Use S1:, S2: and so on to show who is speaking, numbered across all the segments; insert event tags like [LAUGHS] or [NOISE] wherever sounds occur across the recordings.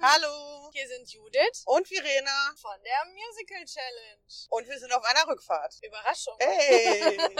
S1: Hallo!
S2: Hier sind Judith
S1: Und Virena.
S2: von der Musical Challenge.
S1: Und wir sind auf einer Rückfahrt.
S2: Überraschung.
S1: Äh. Hey!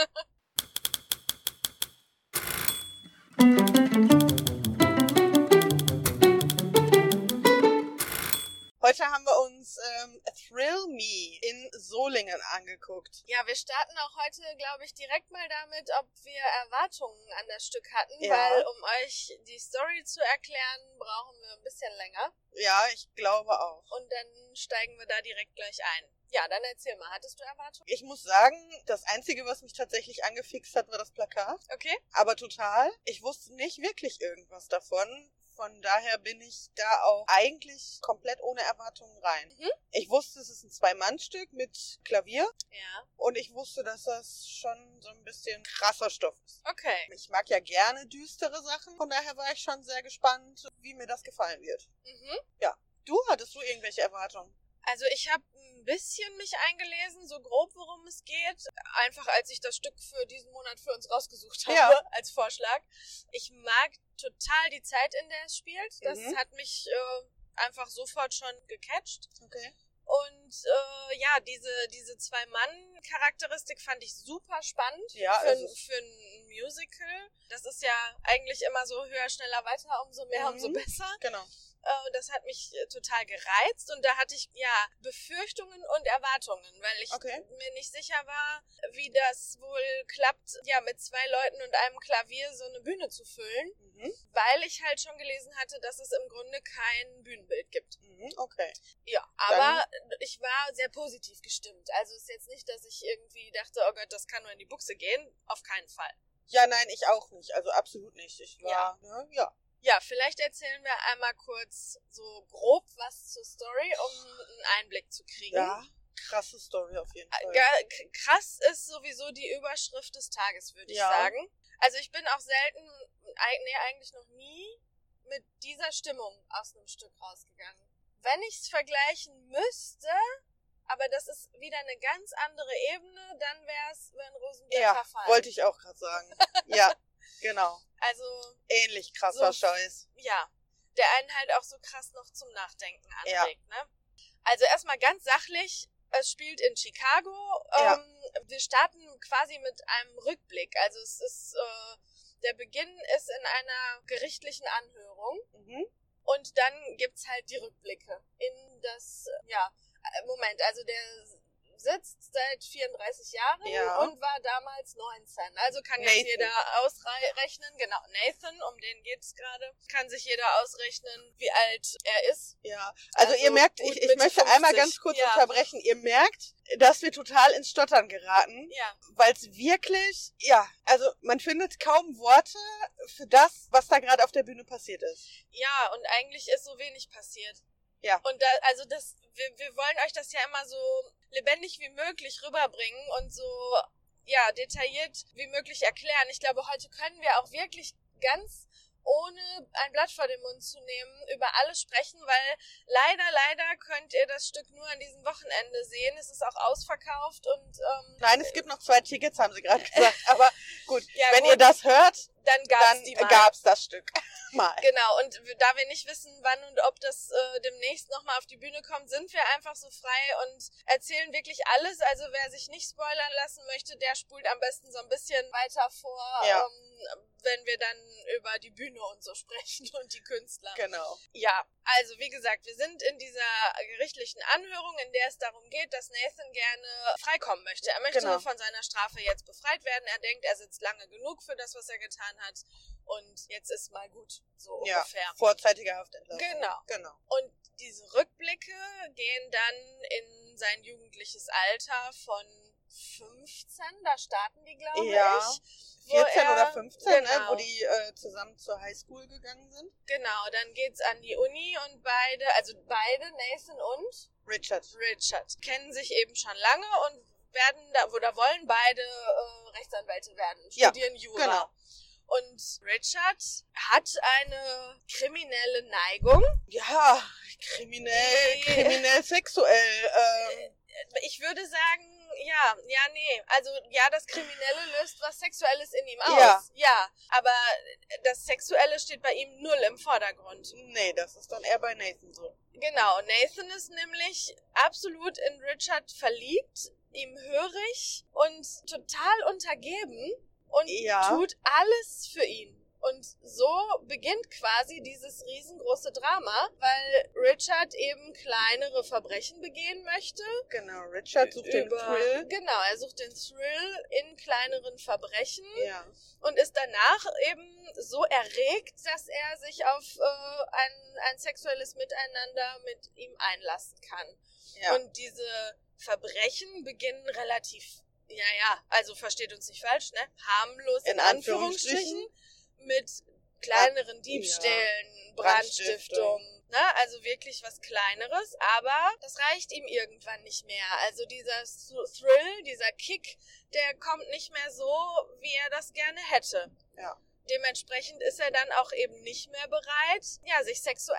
S1: Heute haben wir uns ähm, Thrill Me in Solingen angeguckt.
S2: Ja, wir starten auch heute, glaube ich, direkt mal damit, ob wir Erwartungen an das Stück hatten,
S1: Ja.
S2: weil um euch die Story zu erklären, brauchen wir ein bisschen länger.
S1: Ja, ich glaube auch.
S2: Und dann steigen wir da direkt gleich ein. Ja, dann erzähl mal, hattest du Erwartungen?
S1: Ich muss sagen, das Einzige, was mich tatsächlich angefixt hat, war das Plakat.
S2: Okay.
S1: Aber total. Ich wusste nicht wirklich irgendwas davon. Von daher bin ich da auch eigentlich komplett ohne Erwartungen rein.
S2: Mhm.
S1: Ich wusste, es ist ein Zwei-Mann-Stück mit Klavier.
S2: Ja.
S1: Und ich wusste, dass das schon so ein bisschen krasser Stoff ist.
S2: Okay.
S1: Ich mag ja gerne düstere Sachen. Von daher war ich schon sehr gespannt, wie mir das gefallen wird.
S2: Mhm.
S1: Du hattest du irgendwelche Erwartungen?
S2: Also ich habe ein bisschen mich eingelesen, so grob, worum es geht. Einfach als ich das Stück für diesen Monat für uns rausgesucht habe,
S1: Ja.
S2: als Vorschlag. Ich mag total die Zeit, in der es spielt. Das
S1: Mhm.
S2: hat mich äh, einfach sofort schon gecatcht.
S1: Okay.
S2: Und äh, ja, diese, diese Zwei-Mann-Charakteristik fand ich super spannend
S1: Ja,
S2: für,
S1: also-
S2: ein- für ein Musical. Das ist ja eigentlich immer so höher, schneller, weiter, umso mehr,
S1: Mhm.
S2: umso besser.
S1: Genau.
S2: Äh, und das hat mich äh, total gereizt und da hatte ich ja Befürchtungen und Erwartungen, weil ich
S1: Okay.
S2: mir nicht sicher war, wie das wohl klappt, ja, mit zwei Leuten und einem Klavier so eine Bühne zu füllen,
S1: Mhm.
S2: weil ich halt schon gelesen hatte, dass es im Grunde kein Bühnenbild gibt.
S1: Mhm. Okay.
S2: Ja, aber ich war sehr positiv gestimmt. Also es ist jetzt nicht, dass ich irgendwie dachte, oh Gott, das kann nur in die Buchse gehen. Auf keinen Fall.
S1: Ja, nein, ich auch nicht. Also absolut nicht. Ich war, ne, ja.
S2: Ja, vielleicht erzählen wir einmal kurz so grob was zur Story, um einen Einblick zu kriegen.
S1: Ja, Mhm. Ah, krasse Story auf jeden Fall.
S2: Ga- k- Krass ist sowieso die Überschrift des Tages, würde ich
S1: Ja.
S2: sagen. Also ich bin auch selten, eig- nee, eigentlich noch nie mit dieser Stimmung aus einem Stück rausgegangen. Wenn ich es vergleichen müsste, aber das ist wieder eine ganz andere Ebene, dann wäre es, wenn Rosenberg
S1: ja,
S2: verfallen.
S1: wollte ich auch gerade sagen.
S2: [LAUGHS]
S1: ja, genau.
S2: Also,
S1: Ähnlich krasser
S2: So.
S1: Scheiß.
S2: ja, der einen halt auch so krass noch zum Nachdenken
S1: Ja.
S2: anregt, ne? Also erstmal ganz sachlich, es spielt in Chicago.
S1: Ja.
S2: Ähm, Wir starten quasi mit einem Rückblick. Also es ist, äh, der Beginn ist in einer gerichtlichen Anhörung
S1: Mhm.
S2: und dann gibt's halt die Rückblicke in das, äh, ja, äh, Moment, also der sitzt seit 34 Jahren
S1: Ja.
S2: und war damals 19. Also kann jetzt
S1: Nathan.
S2: jeder ausrechnen, genau, Nathan, um den geht's gerade, kann sich jeder ausrechnen, wie alt er ist.
S1: Ja, also,
S2: Also
S1: ihr merkt,
S2: gut
S1: ich, ich
S2: mit
S1: möchte einmal
S2: 50,
S1: ganz kurz
S2: ja.
S1: unterbrechen. Ihr merkt, dass wir total ins Stottern geraten,
S2: Ja,
S1: weil es wirklich, ja, also man findet kaum Worte für das, was da gerade auf der Bühne passiert ist.
S2: ja, und eigentlich ist so wenig passiert.
S1: Ja.
S2: Und da, also das, wir, wir wollen euch das ja immer so lebendig wie möglich rüberbringen und so, ja, detailliert wie möglich erklären. Ich glaube, heute können wir auch wirklich ganz ohne ein Blatt vor den Mund zu nehmen, über alles sprechen, weil leider, leider könnt ihr das Stück nur an diesem Wochenende sehen. Es ist auch ausverkauft und ähm,
S1: Nein, es gibt noch zwei Tickets, haben sie
S2: [LAUGHS]
S1: gerade gesagt. Aber gut,
S2: Ja,
S1: wenn
S2: gut.
S1: ihr das hört,
S2: dann gab's die
S1: dann äh,
S2: mal.
S1: gab's das Stück [LAUGHS] mal.
S2: Genau, und w- da wir nicht wissen, wann und ob das äh, demnächst nochmal auf die Bühne kommt, sind wir einfach so frei und erzählen wirklich alles. Also wer sich nicht spoilern lassen möchte, der spult am besten so ein bisschen weiter vor,
S1: Ja.
S2: ähm, wenn wir dann über die Bühne und so sprechen [LAUGHS] und die Künstler.
S1: Genau.
S2: Ja, also wie gesagt, wir sind in dieser gerichtlichen Anhörung, in der es darum geht, dass Nathan gerne freikommen möchte. Er möchte
S1: Genau.
S2: von seiner Strafe jetzt befreit werden. Er denkt, er sitzt lange genug für das, was er getan hat. Und jetzt ist mal gut, so
S1: Ja.
S2: ungefähr.
S1: Vorzeitige Haftentlassung.
S2: Genau.
S1: Genau.
S2: Und diese Rückblicke gehen dann in sein jugendliches Alter von 15, da starten die, glaube
S1: Ja.
S2: ich. wo
S1: 14
S2: er-
S1: oder 15, ne,
S2: genau.
S1: wo die äh, zusammen zur Highschool gegangen sind.
S2: Genau, dann geht's an die Uni und beide, also beide, Nathan und
S1: Richard.
S2: Richard kennen sich eben schon lange und werden da oder wollen beide äh, Rechtsanwälte werden,
S1: Ja,
S2: studieren Jura.
S1: genau.
S2: Und Richard hat eine kriminelle Neigung.
S1: Ja, kriminell,
S2: Nee. [LAUGHS]
S1: kriminell sexuell. Ähm,
S2: Ich würde sagen, ja, ja, nee. Also ja, das Kriminelle löst was Sexuelles in ihm aus.
S1: Ja.
S2: Ja. aber das Sexuelle steht bei ihm null im Vordergrund.
S1: Nee, das ist dann eher bei Nathan so.
S2: Genau, Nathan ist nämlich absolut in Richard verliebt, ihm hörig und total untergeben und
S1: Ja.
S2: tut alles für ihn. Und so beginnt quasi dieses riesengroße Drama, weil Richard eben kleinere Verbrechen begehen möchte
S1: Genau, Richard sucht den
S2: über-
S1: Thrill.
S2: Genau, er sucht den Thrill in kleineren Verbrechen
S1: Ja.
S2: und ist danach eben so erregt, dass er sich auf äh, ein, ein sexuelles Miteinander mit ihm einlassen kann.
S1: ja.
S2: Und diese Verbrechen beginnen relativ, ja, ja, also versteht uns nicht falsch, ne? Harmlos in,
S1: In Anführungsstrichen.
S2: Anführungsstrichen, mit kleineren Diebstählen, Brandstiftung. Ne? Also wirklich was Kleineres, aber das reicht ihm irgendwann nicht mehr. Also dieser Thu- Thrill, dieser Kick, der kommt nicht mehr so, wie er das gerne hätte.
S1: Ja.
S2: Dementsprechend ist er dann auch eben nicht mehr bereit, ja, sich sexuell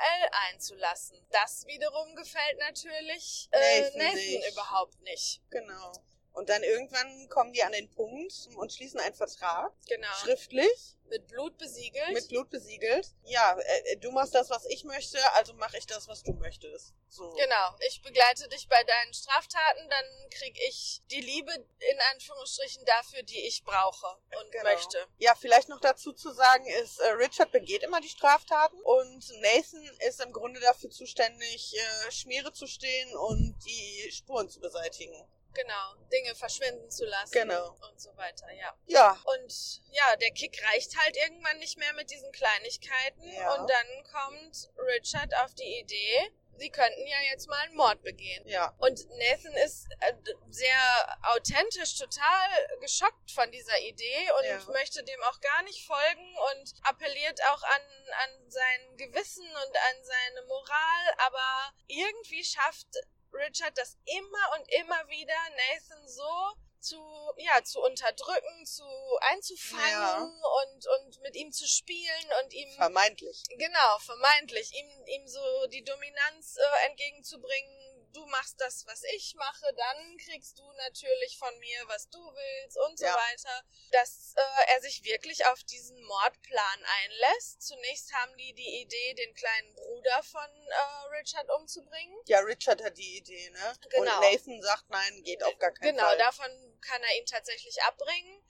S2: einzulassen. Das wiederum gefällt natürlich äh,
S1: Nathan
S2: Nathan,
S1: nicht.
S2: überhaupt nicht.
S1: Genau. Und dann irgendwann kommen die an den Punkt und schließen einen Vertrag,
S2: Genau.
S1: schriftlich,
S2: Mit Blut besiegelt.
S1: mit Blut besiegelt. Ja, äh, äh, du machst das, was ich möchte, also mache ich das, was du möchtest. So.
S2: Genau. Ich begleite dich bei deinen Straftaten, dann krieg ich die Liebe in Anführungsstrichen dafür, die ich brauche und
S1: Genau.
S2: möchte.
S1: Ja, vielleicht noch dazu zu sagen ist, äh, Richard begeht immer die Straftaten und Nathan ist im Grunde dafür zuständig, äh, Schmiere zu stehen und die Spuren zu beseitigen.
S2: Genau. Dinge verschwinden zu lassen.
S1: Genau.
S2: Und so weiter, ja.
S1: Ja,
S2: Und ja, der Kick reicht halt irgendwann nicht mehr mit diesen Kleinigkeiten.
S1: Ja.
S2: Und dann kommt Richard auf die Idee, sie könnten ja jetzt mal einen Mord begehen.
S1: ja,
S2: Und Nathan ist äh, d- sehr authentisch, total geschockt von dieser Idee und
S1: Ja.
S2: möchte dem auch gar nicht folgen und appelliert auch an, an sein Gewissen und an seine Moral. Aber irgendwie schafft Richard das immer und immer wieder, Nathan so zu, ja, zu unterdrücken, zu einzufangen
S1: Ja.
S2: und, und mit ihm zu spielen und ihm
S1: vermeintlich.
S2: Genau, vermeintlich. Ihm, ihm so die Dominanz äh, entgegenzubringen. Du machst das, was ich mache, dann kriegst du natürlich von mir, was du willst und so
S1: Ja.
S2: weiter. Dass äh, er sich wirklich auf diesen Mordplan einlässt. Zunächst haben die die Idee, den kleinen Bruder von äh, Richard umzubringen.
S1: Ja, Richard hat die Idee, ne?
S2: Genau.
S1: Und Nathan sagt, nein, geht auf gar keinen
S2: Genau,
S1: Fall.
S2: davon kann er ihn tatsächlich abbringen,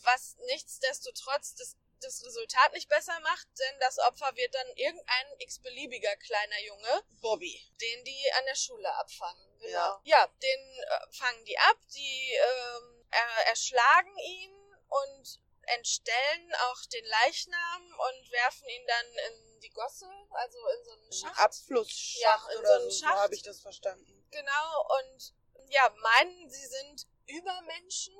S2: was nichtsdestotrotz das, das Resultat nicht besser macht, denn das Opfer wird dann irgendein x-beliebiger kleiner Junge.
S1: Bobby.
S2: den die an der Schule abfangen. Genau.
S1: Ja.
S2: Ja, den äh, fangen die ab, die ähm, er, erschlagen ihn und entstellen auch den Leichnam und werfen ihn dann in die Gosse, also in so
S1: Oh,
S2: einen Schacht.
S1: Abflussschacht
S2: Ja, in so
S1: oder so,
S2: einem
S1: so
S2: Schacht.
S1: habe ich das verstanden.
S2: Genau, und ja, meinen, sie sind Übermenschen,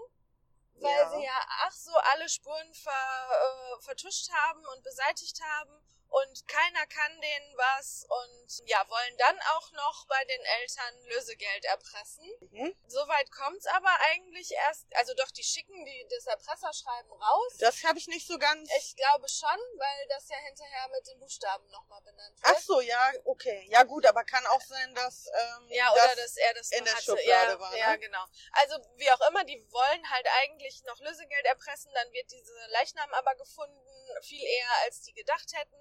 S2: weil
S1: Ja.
S2: sie ja ach so alle Spuren ver, äh, vertuscht haben und beseitigt haben und keiner kann denen was und ja, wollen dann auch noch bei den Eltern Lösegeld erpressen.
S1: Mhm.
S2: Soweit kommt's aber eigentlich erst, also doch, die schicken die, das Erpresserschreiben raus.
S1: Das habe ich nicht so ganz.
S2: ich glaube schon, weil das ja hinterher mit den Buchstaben nochmal benannt wird.
S1: Ach so, ja, okay. Ja gut, aber kann auch sein, dass ähm,
S2: Ja, oder
S1: dass-
S2: dass er das
S1: in
S2: noch
S1: der
S2: hatte.
S1: Schublade
S2: ja,
S1: war, ne?
S2: Ja, genau. Also wie auch immer, die wollen halt eigentlich noch Lösegeld erpressen, dann wird diese Leichnam aber gefunden, viel eher als die gedacht hätten.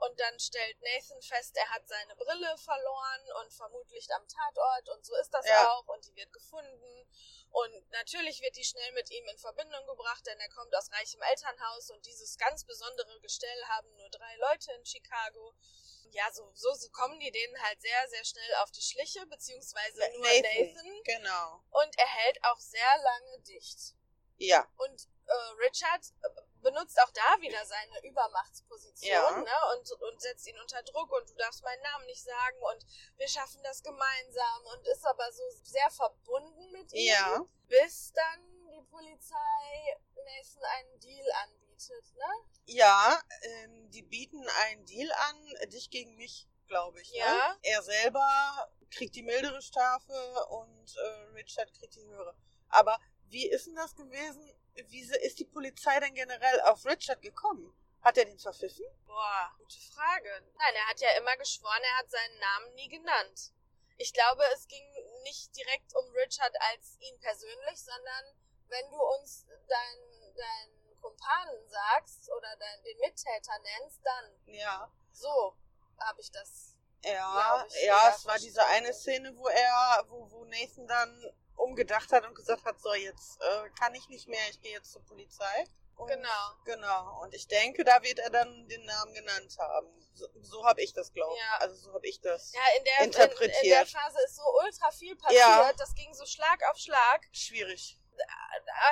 S2: Und dann stellt Nathan fest, er hat seine Brille verloren und vermutlich am Tatort und so ist das
S1: Ja.
S2: auch und die wird gefunden. Und natürlich wird die schnell mit ihm in Verbindung gebracht, denn er kommt aus reichem Elternhaus und dieses ganz besondere Gestell haben nur drei Leute in Chicago. Ja, so, so, so kommen die denen halt sehr, sehr schnell auf die Schliche, beziehungsweise
S1: Na-
S2: nur
S1: Nathan.
S2: Nathan.
S1: genau.
S2: Und er hält auch sehr lange dicht.
S1: Ja.
S2: Und äh, Richard äh, benutzt auch da wieder seine Übermachtsposition
S1: Ja.
S2: ne? und, und setzt ihn unter Druck und du darfst meinen Namen nicht sagen und wir schaffen das gemeinsam und ist aber so sehr verbunden mit ihm,
S1: Ja.
S2: bis dann die Polizei Nathan einen Deal anbietet. Ne?
S1: Ja, ähm, die bieten einen Deal an, äh, dich gegen mich, glaube ich. Ne?
S2: Ja.
S1: Er selber kriegt die mildere Strafe und äh, Richard kriegt die höhere. Aber wie ist denn das gewesen? Wie se- ist die Polizei denn generell auf Richard gekommen? Hat er den verpfiffen?
S2: Boah, gute Frage. Nein, er hat ja immer geschworen, er hat seinen Namen nie genannt. Ich glaube, es ging nicht direkt um Richard als ihn persönlich, sondern wenn du uns deinen dein Kumpanen sagst oder dein, den Mittäter nennst, dann
S1: Ja.
S2: so habe ich das.
S1: Ja,
S2: Glaub ich,
S1: ja,
S2: ja,
S1: es war diese eine Szene, wo er, wo, wo Nathan dann umgedacht hat und gesagt hat, so jetzt äh, kann ich nicht mehr, ich gehe jetzt zur Polizei. Und,
S2: Genau.
S1: Genau. Und ich denke, da wird er dann den Namen genannt haben. So, so habe ich das glaube.
S2: Ja.
S1: Also so habe ich das.
S2: Ja, in der, in, in der
S1: Interpretiert.
S2: Phase ist so ultra viel passiert,
S1: Ja.
S2: das ging so Schlag auf Schlag.
S1: Schwierig.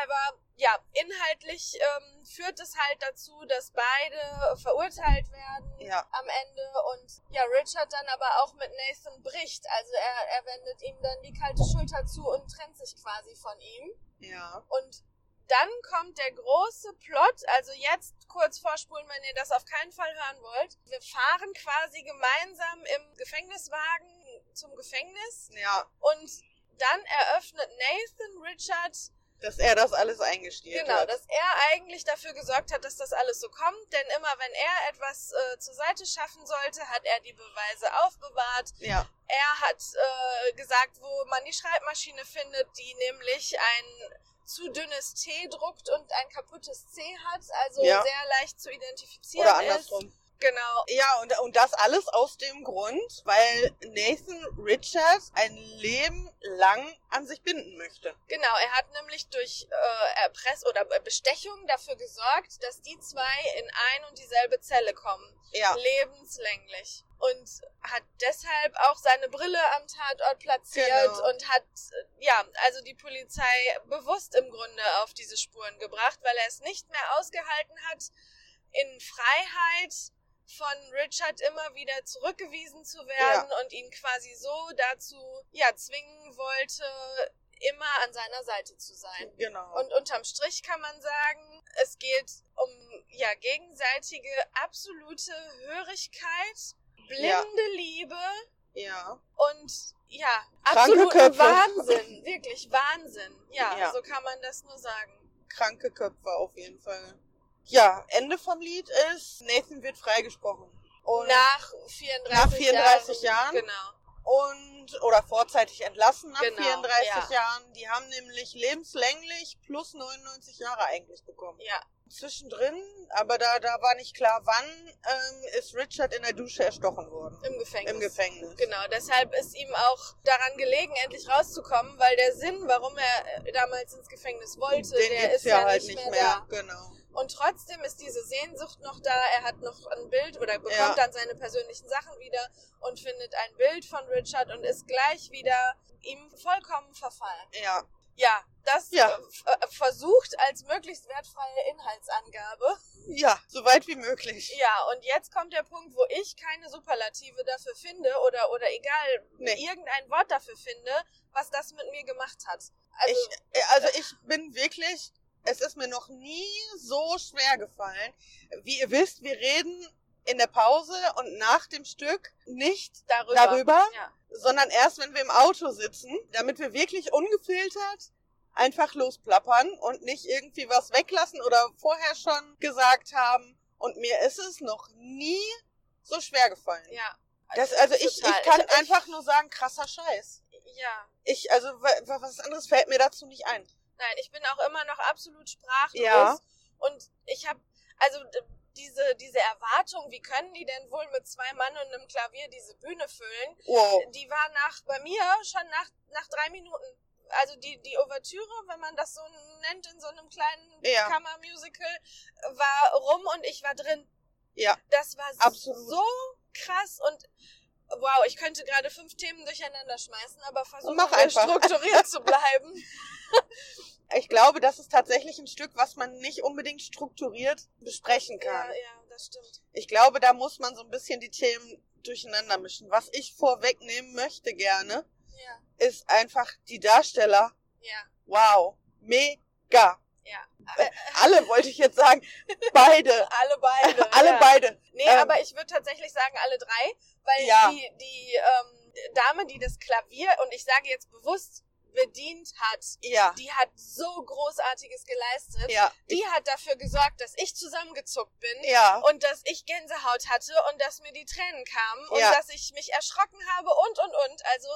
S2: aber ja, inhaltlich ähm, führt es halt dazu, dass beide verurteilt werden
S1: Ja.
S2: am Ende und ja, Richard dann aber auch mit Nathan bricht. Also er, er wendet ihm dann die kalte Schulter zu und trennt sich quasi von ihm.
S1: Ja.
S2: Und dann kommt der große Plot, also jetzt kurz vorspulen, wenn ihr das auf keinen Fall hören wollt. Wir fahren quasi gemeinsam im Gefängniswagen zum Gefängnis
S1: Ja.
S2: und dann eröffnet Nathan Richard
S1: Dass er das alles eingesteht.
S2: Genau,
S1: hat.
S2: dass er eigentlich dafür gesorgt hat, dass das alles so kommt, denn immer wenn er etwas äh, zur Seite schaffen sollte, hat er die Beweise aufbewahrt.
S1: Ja.
S2: Er hat äh, gesagt, wo man die Schreibmaschine findet, die nämlich ein zu dünnes T druckt und ein kaputtes C hat, also
S1: Ja.
S2: sehr leicht zu identifizieren
S1: Oder andersrum.
S2: ist. Genau.
S1: Ja, und, und das alles aus dem Grund, weil Nathan Richards ein Leben lang an sich binden möchte.
S2: Genau, er hat nämlich durch äh, Erpress oder Bestechung dafür gesorgt, dass die zwei in ein und dieselbe Zelle kommen.
S1: Ja,
S2: lebenslänglich und hat deshalb auch seine Brille am Tatort platziert
S1: Genau.
S2: und hat äh, ja also die Polizei bewusst im Grunde auf diese Spuren gebracht, weil er es nicht mehr ausgehalten hat, in Freiheit von Richard immer wieder zurückgewiesen zu werden und ihn quasi so dazu ja zwingen wollte, immer an seiner Seite zu sein.
S1: genau.
S2: Und unterm Strich kann man sagen, es geht um ja gegenseitige absolute Hörigkeit, blinde
S1: Ja.
S2: Liebe
S1: ja,
S2: und ja,
S1: Kranke
S2: absoluten
S1: Köpfe.
S2: Wahnsinn, wirklich Wahnsinn. Ja,
S1: Ja.
S2: so kann man das nur sagen.
S1: kranke Köpfe auf jeden Fall. Ja, Ende vom Lied ist, Nathan wird freigesprochen. Und,
S2: nach 34,
S1: Nach 34 Jahren.
S2: Genau.
S1: und oder vorzeitig entlassen nach
S2: Genau,
S1: 34
S2: ja.
S1: Jahren. Die haben nämlich lebenslänglich plus 99 Jahre eigentlich bekommen.
S2: Ja,
S1: Zwischendrin, aber da, da war nicht klar wann, ähm, ist Richard in der Dusche erstochen worden.
S2: im Gefängnis.
S1: Im Gefängnis.
S2: Genau, deshalb ist ihm auch daran gelegen, endlich rauszukommen, weil der Sinn, warum er äh, damals ins Gefängnis wollte,
S1: Den
S2: der
S1: gibt's
S2: ist
S1: ja,
S2: ja
S1: halt
S2: nicht mehr,
S1: nicht mehr.
S2: da.
S1: Genau.
S2: Und trotzdem ist diese Sehnsucht noch da. Er hat noch ein Bild oder bekommt
S1: Ja.
S2: dann seine persönlichen Sachen wieder und findet ein Bild von Richard und ist gleich wieder ihm vollkommen verfallen.
S1: Ja.
S2: Ja, das
S1: Ja.
S2: äh, f- äh, versucht als möglichst wertfreie Inhaltsangabe.
S1: Ja, so weit wie möglich.
S2: Ja, und jetzt kommt der Punkt, wo ich keine Superlative dafür finde oder, oder egal,
S1: Nee.
S2: irgendein Wort dafür finde, was das mit mir gemacht hat. Also,
S1: ich, äh, also ich bin wirklich, es ist mir noch nie so schwer gefallen. Wie ihr wisst, wir reden in der Pause und nach dem Stück nicht
S2: darüber.
S1: darüber,
S2: Ja.
S1: sondern erst, wenn wir im Auto sitzen, damit wir wirklich ungefiltert einfach losplappern und nicht irgendwie was weglassen oder vorher schon gesagt haben. Und mir ist es noch nie so schwer gefallen.
S2: ja.
S1: Das, also ich,
S2: Total.
S1: ich kann einfach nur sagen, krasser Scheiß.
S2: Ja.
S1: Ich, also wa- wa- was anderes fällt mir dazu nicht ein.
S2: Nein, ich bin auch immer noch absolut sprachlos.
S1: Ja.
S2: Und ich habe, also d- diese, diese Erwartung, wie können die denn wohl mit zwei Mann und einem Klavier diese Bühne füllen,
S1: Wow.
S2: die war nach, bei mir schon nach, nach drei Minuten. Also die, die Ouvertüre, wenn man das so nennt, in so einem kleinen
S1: Ja.
S2: Kammermusical, war rum und ich war drin.
S1: Ja.
S2: Das war
S1: Absolut.
S2: so krass und wow, ich könnte gerade fünf Themen durcheinander schmeißen, aber versuchen
S1: Mach
S2: wir
S1: einfach.
S2: strukturiert zu bleiben.
S1: [LAUGHS] Ich glaube, das ist tatsächlich ein Stück, was man nicht unbedingt strukturiert besprechen kann.
S2: Ja, ja, das stimmt.
S1: Ich glaube, da muss man so ein bisschen die Themen durcheinander mischen. Was ich vorwegnehmen möchte gerne,
S2: Ja,
S1: ist einfach die Darsteller.
S2: ja,
S1: Wow. Mega. Äh,
S2: ja.
S1: Alle wollte ich jetzt sagen. Beide.
S2: Alle beide.
S1: [LAUGHS] Alle
S2: ja.
S1: beide.
S2: Nee,
S1: Ähm,
S2: aber ich würde tatsächlich sagen, alle drei, weil
S1: Ja.
S2: die, die ähm, Dame, die das Klavier, und ich sage jetzt bewusst, bedient hat,
S1: Ja.
S2: die hat so Großartiges geleistet.
S1: Ja.
S2: Die hat dafür gesorgt, dass ich zusammengezuckt bin.
S1: Ja.
S2: Und dass ich Gänsehaut hatte und dass mir die Tränen kamen und
S1: Ja.
S2: dass ich mich erschrocken habe und und und. Also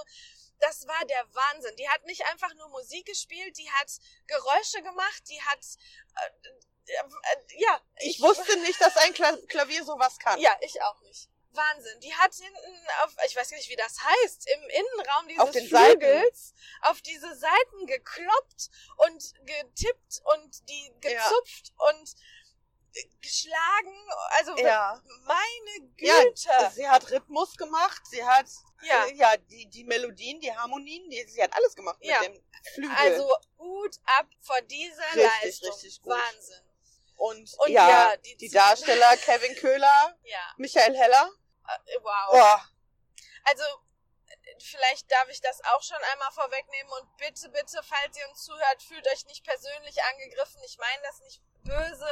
S2: das war der Wahnsinn. Die hat nicht einfach nur Musik gespielt, die hat Geräusche gemacht, die hat äh, äh, äh, ja,
S1: Ich wusste nicht, dass ein Kla Klavier sowas kann.
S2: ja, ich auch nicht. Wahnsinn. Die hat hinten auf, ich weiß gar nicht, wie das heißt, im Innenraum dieses
S1: Auf den
S2: Flügels auf diese Seiten gekloppt und getippt und die
S1: Ja.
S2: gezupft und geschlagen. Also
S1: Ja.
S2: meine
S1: Ja,
S2: Güte.
S1: Sie hat Rhythmus gemacht, sie hat
S2: Ja.
S1: ja, ja die, die Melodien, die Harmonien, die, sie hat alles gemacht
S2: Ja.
S1: mit dem Flügel.
S2: Also Hut ab vor dieser
S1: Richtig,
S2: Leistung.
S1: richtig gut.
S2: Wahnsinn.
S1: und,
S2: und
S1: ja,
S2: ja, die
S1: die, Darsteller Kevin Köhler,
S2: Ja.
S1: Michael Heller.
S2: Äh, Wow.
S1: Boah,
S2: Also, vielleicht darf ich das auch schon einmal vorwegnehmen und bitte, bitte, falls ihr uns zuhört, fühlt euch nicht persönlich angegriffen. Ich meine das nicht böse,